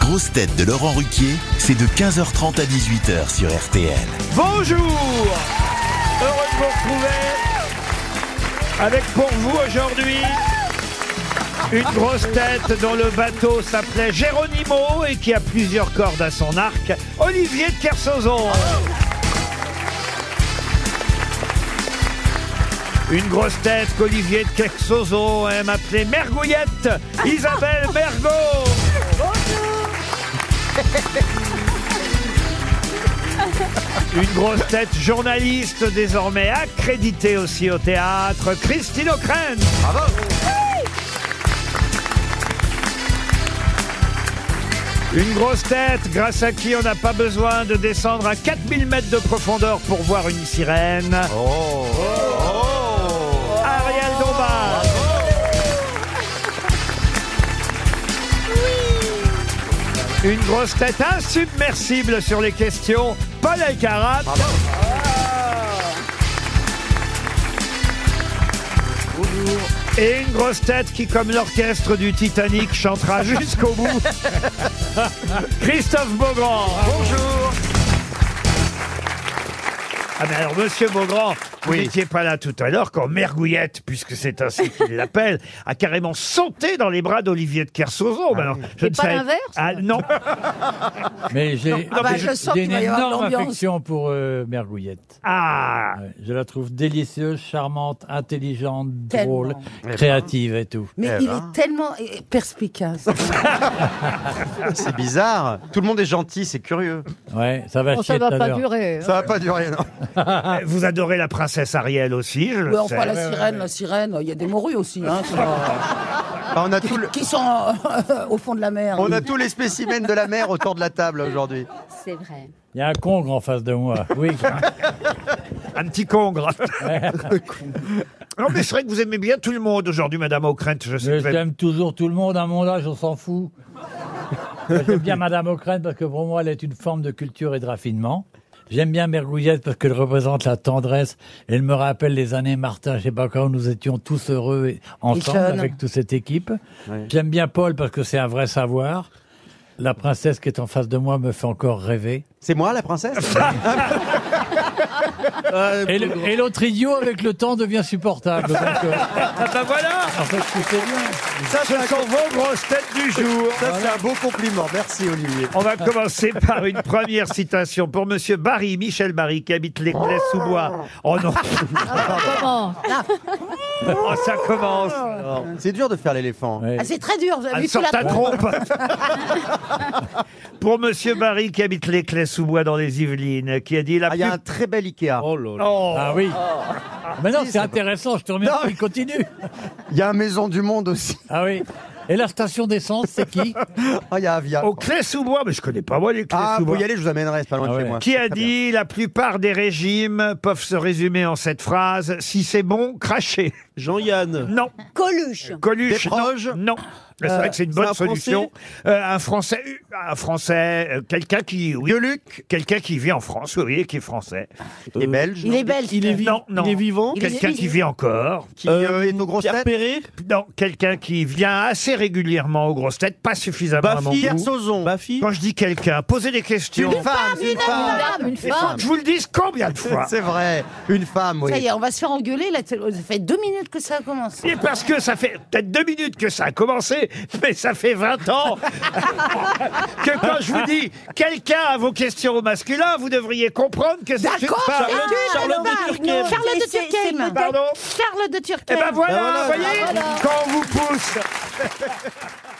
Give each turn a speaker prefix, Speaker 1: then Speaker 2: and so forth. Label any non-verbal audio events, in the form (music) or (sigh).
Speaker 1: grosses têtes de Laurent Ruquier, c'est de 15h30 à 18h sur RTL.
Speaker 2: Bonjour Heureux de vous retrouver avec pour vous aujourd'hui une grosse tête dont le bateau s'appelait Géronimo et qui a plusieurs cordes à son arc, Olivier de Kersauzon. Une grosse tête qu'Olivier de Kersozo aime appeler Mergouillette, Isabelle Mergot. Une grosse tête journaliste désormais accréditée aussi au théâtre, Christine O'Crane. Une grosse tête grâce à qui on n'a pas besoin de descendre à 4000 mètres de profondeur pour voir une sirène. Ariel Dombas. Une grosse tête insubmersible sur les questions, Paul Alcarat. Et une grosse tête qui, comme l'orchestre du Titanic, chantera jusqu'au bout. Christophe Beaugrand. Bonjour. Ah mais alors, Monsieur Beaugrand, vous n'étiez pas là tout à l'heure quand Mergouillette, puisque c'est ainsi qu'il l'appelle, a carrément sauté dans les bras d'Olivier de Kersauzon. Mais alors, je
Speaker 3: Et
Speaker 2: ne
Speaker 3: pas
Speaker 2: savais-
Speaker 3: l'inverse
Speaker 2: Ah non.
Speaker 4: Mais j'ai
Speaker 2: Ah bah,
Speaker 4: j'ai-
Speaker 3: je sens
Speaker 4: j'ai
Speaker 3: qu'il
Speaker 4: une
Speaker 3: va y avoir de
Speaker 4: énorme
Speaker 3: l'ambiance.
Speaker 4: affection pour euh, Mergouillette.
Speaker 2: Ah
Speaker 4: Ouais, Je la trouve délicieuse, charmante, intelligente, drôle,
Speaker 3: Tellement. Eh ben.
Speaker 4: créative et tout.
Speaker 3: Mais il est tellement eh, perspicace.
Speaker 5: C'est bizarre. Tout le monde est gentil, c'est curieux.
Speaker 4: Ouais, ça va
Speaker 6: Bon, ça
Speaker 4: chier tout
Speaker 6: va
Speaker 4: à
Speaker 6: pas
Speaker 4: l'heure.
Speaker 6: durer. hein.
Speaker 5: Ça va pas durer, non
Speaker 2: euh, Vous adorez la princesse Ariel aussi, je le
Speaker 3: Ouais,
Speaker 2: sais.
Speaker 3: enfin, la sirène, la sirène, il y a des morues aussi, hein, qui,
Speaker 5: Enfin, Bah, on, a tout le-
Speaker 3: qui sont euh, (laughs) au fond de la mer.
Speaker 5: on a tous les spécimens de la mer autour de la table aujourd'hui.
Speaker 7: C'est vrai.
Speaker 4: Il y a un congre en face de moi.
Speaker 3: (laughs)
Speaker 4: Oui.
Speaker 2: Un petit (laughs) congre. non, mais c'est vrai que vous aimez bien tout le monde aujourd'hui, Madame O'Krent. Je sais
Speaker 4: Mais
Speaker 2: que vous êtes-
Speaker 4: J'aime toujours tout le monde à mon âge, on s'en fout. Moi, J'aime bien Madame O'Crane parce que pour moi, elle est une forme de culture et de raffinement. J'aime bien Mergouillette parce qu'elle représente la tendresse. Elle me rappelle les années Martin, je sais pas quand nous étions tous heureux et- ensemble
Speaker 3: jeunes.
Speaker 4: avec toute cette équipe. J'aime bien Paul parce que c'est un vrai savoir. La princesse qui est en face de moi me fait encore rêver.
Speaker 5: C'est moi la (laughs) princesse Euh,
Speaker 4: Et le- et l'autre idiot avec le temps devient supportable. Donc, euh,
Speaker 2: Ah ben voilà
Speaker 4: en fait, tout est bien.
Speaker 2: Ça, ce sont vos grosses têtes du jour.
Speaker 5: Ça, c'est un beau compliment. Merci, Olivier.
Speaker 2: On va commencer par une première citation pour Monsieur Barry, Michel Barry, qui habite les Clés sous bois. Oh non,
Speaker 3: Ah,
Speaker 6: Comment
Speaker 2: Oh, ça commence.
Speaker 5: C'est dur de faire l'éléphant.
Speaker 4: Ouais.
Speaker 3: Ah, c'est très dur, vous avez
Speaker 2: Ah,
Speaker 3: vu tout
Speaker 2: Sur
Speaker 3: la
Speaker 2: ta trompe.
Speaker 3: (laughs)
Speaker 2: pour Monsieur Barry, qui habite les Clés sous bois dans les Yvelines, qui a dit la
Speaker 5: Ah, il y a un très bel Ikea.
Speaker 2: Oh.
Speaker 4: Ah oui. Mais non,
Speaker 5: Si,
Speaker 4: c'est
Speaker 5: c'est-
Speaker 4: intéressant, je te remercie,
Speaker 5: Non.
Speaker 4: il continue.
Speaker 5: Il y a un Maison du Monde aussi.
Speaker 4: Ah oui. Et la station d'essence, c'est qui
Speaker 5: Ah, il y a Avia.
Speaker 2: Aux Clés sous bois, mais je connais pas moi les Clés
Speaker 5: Ah,
Speaker 2: sous
Speaker 5: vous
Speaker 2: bois.
Speaker 5: y allez, je vous amènerai, c'est pas loin
Speaker 4: Ah
Speaker 5: de
Speaker 4: ouais.
Speaker 5: chez moi.
Speaker 2: Qui a
Speaker 5: Très bien.
Speaker 2: dit la plupart des régimes peuvent se résumer en cette phrase si c'est bon, crachez.
Speaker 8: Jean-Yann.
Speaker 2: Non,
Speaker 7: Coluche.
Speaker 2: Coluche.
Speaker 5: Des
Speaker 2: non,
Speaker 5: proches
Speaker 2: Non. C'est vrai que c'est une
Speaker 8: c'est
Speaker 2: bonne
Speaker 8: un
Speaker 2: solution. Euh, un français, un français, euh, quelqu'un qui, oui, quelqu'un qui vit en France, oui, oui, qui est français.
Speaker 5: Il est belge.
Speaker 3: Il est belle.
Speaker 8: Il est, vi-
Speaker 2: Non, non.
Speaker 8: il est vivant.
Speaker 3: Il est
Speaker 2: Quelqu'un qui
Speaker 3: vivant.
Speaker 2: vit encore.
Speaker 5: Qui euh, est nos grosses
Speaker 8: Pierre
Speaker 5: têtes
Speaker 8: Perret.
Speaker 2: Non, quelqu'un qui vient assez régulièrement aux grosses têtes, pas suffisamment à mon
Speaker 5: Pierre
Speaker 2: goût.
Speaker 5: Sauzon.
Speaker 8: Bafi.
Speaker 2: Quand je dis quelqu'un, posez des questions.
Speaker 5: Une femme, c'est une femme.
Speaker 6: Une femme
Speaker 2: Je vous le dis combien de fois
Speaker 5: C'est vrai. Une femme,
Speaker 3: Ça y
Speaker 5: oui.
Speaker 3: est, on va se faire engueuler. Là, ça fait deux minutes que ça a commencé.
Speaker 2: Et parce que ça fait peut-être deux minutes que ça a commencé, mais ça fait 20 ans que quand je vous dis quelqu'un à vos questions au masculin, vous devriez comprendre que c'est une
Speaker 3: D'accord,
Speaker 2: femme.
Speaker 3: c'est
Speaker 2: Eh
Speaker 3: dur,
Speaker 8: Charlotte de
Speaker 3: alors.
Speaker 8: Turckheim.
Speaker 3: Charlotte de
Speaker 7: C'est- c'est- c'est
Speaker 3: Turckheim.
Speaker 7: peut-être-
Speaker 2: Pardon
Speaker 3: Charlotte de
Speaker 2: ben
Speaker 3: Turckheim.
Speaker 2: voilà,
Speaker 5: Ben Bah, voilà.
Speaker 2: vous voyez, quand on vous pousse.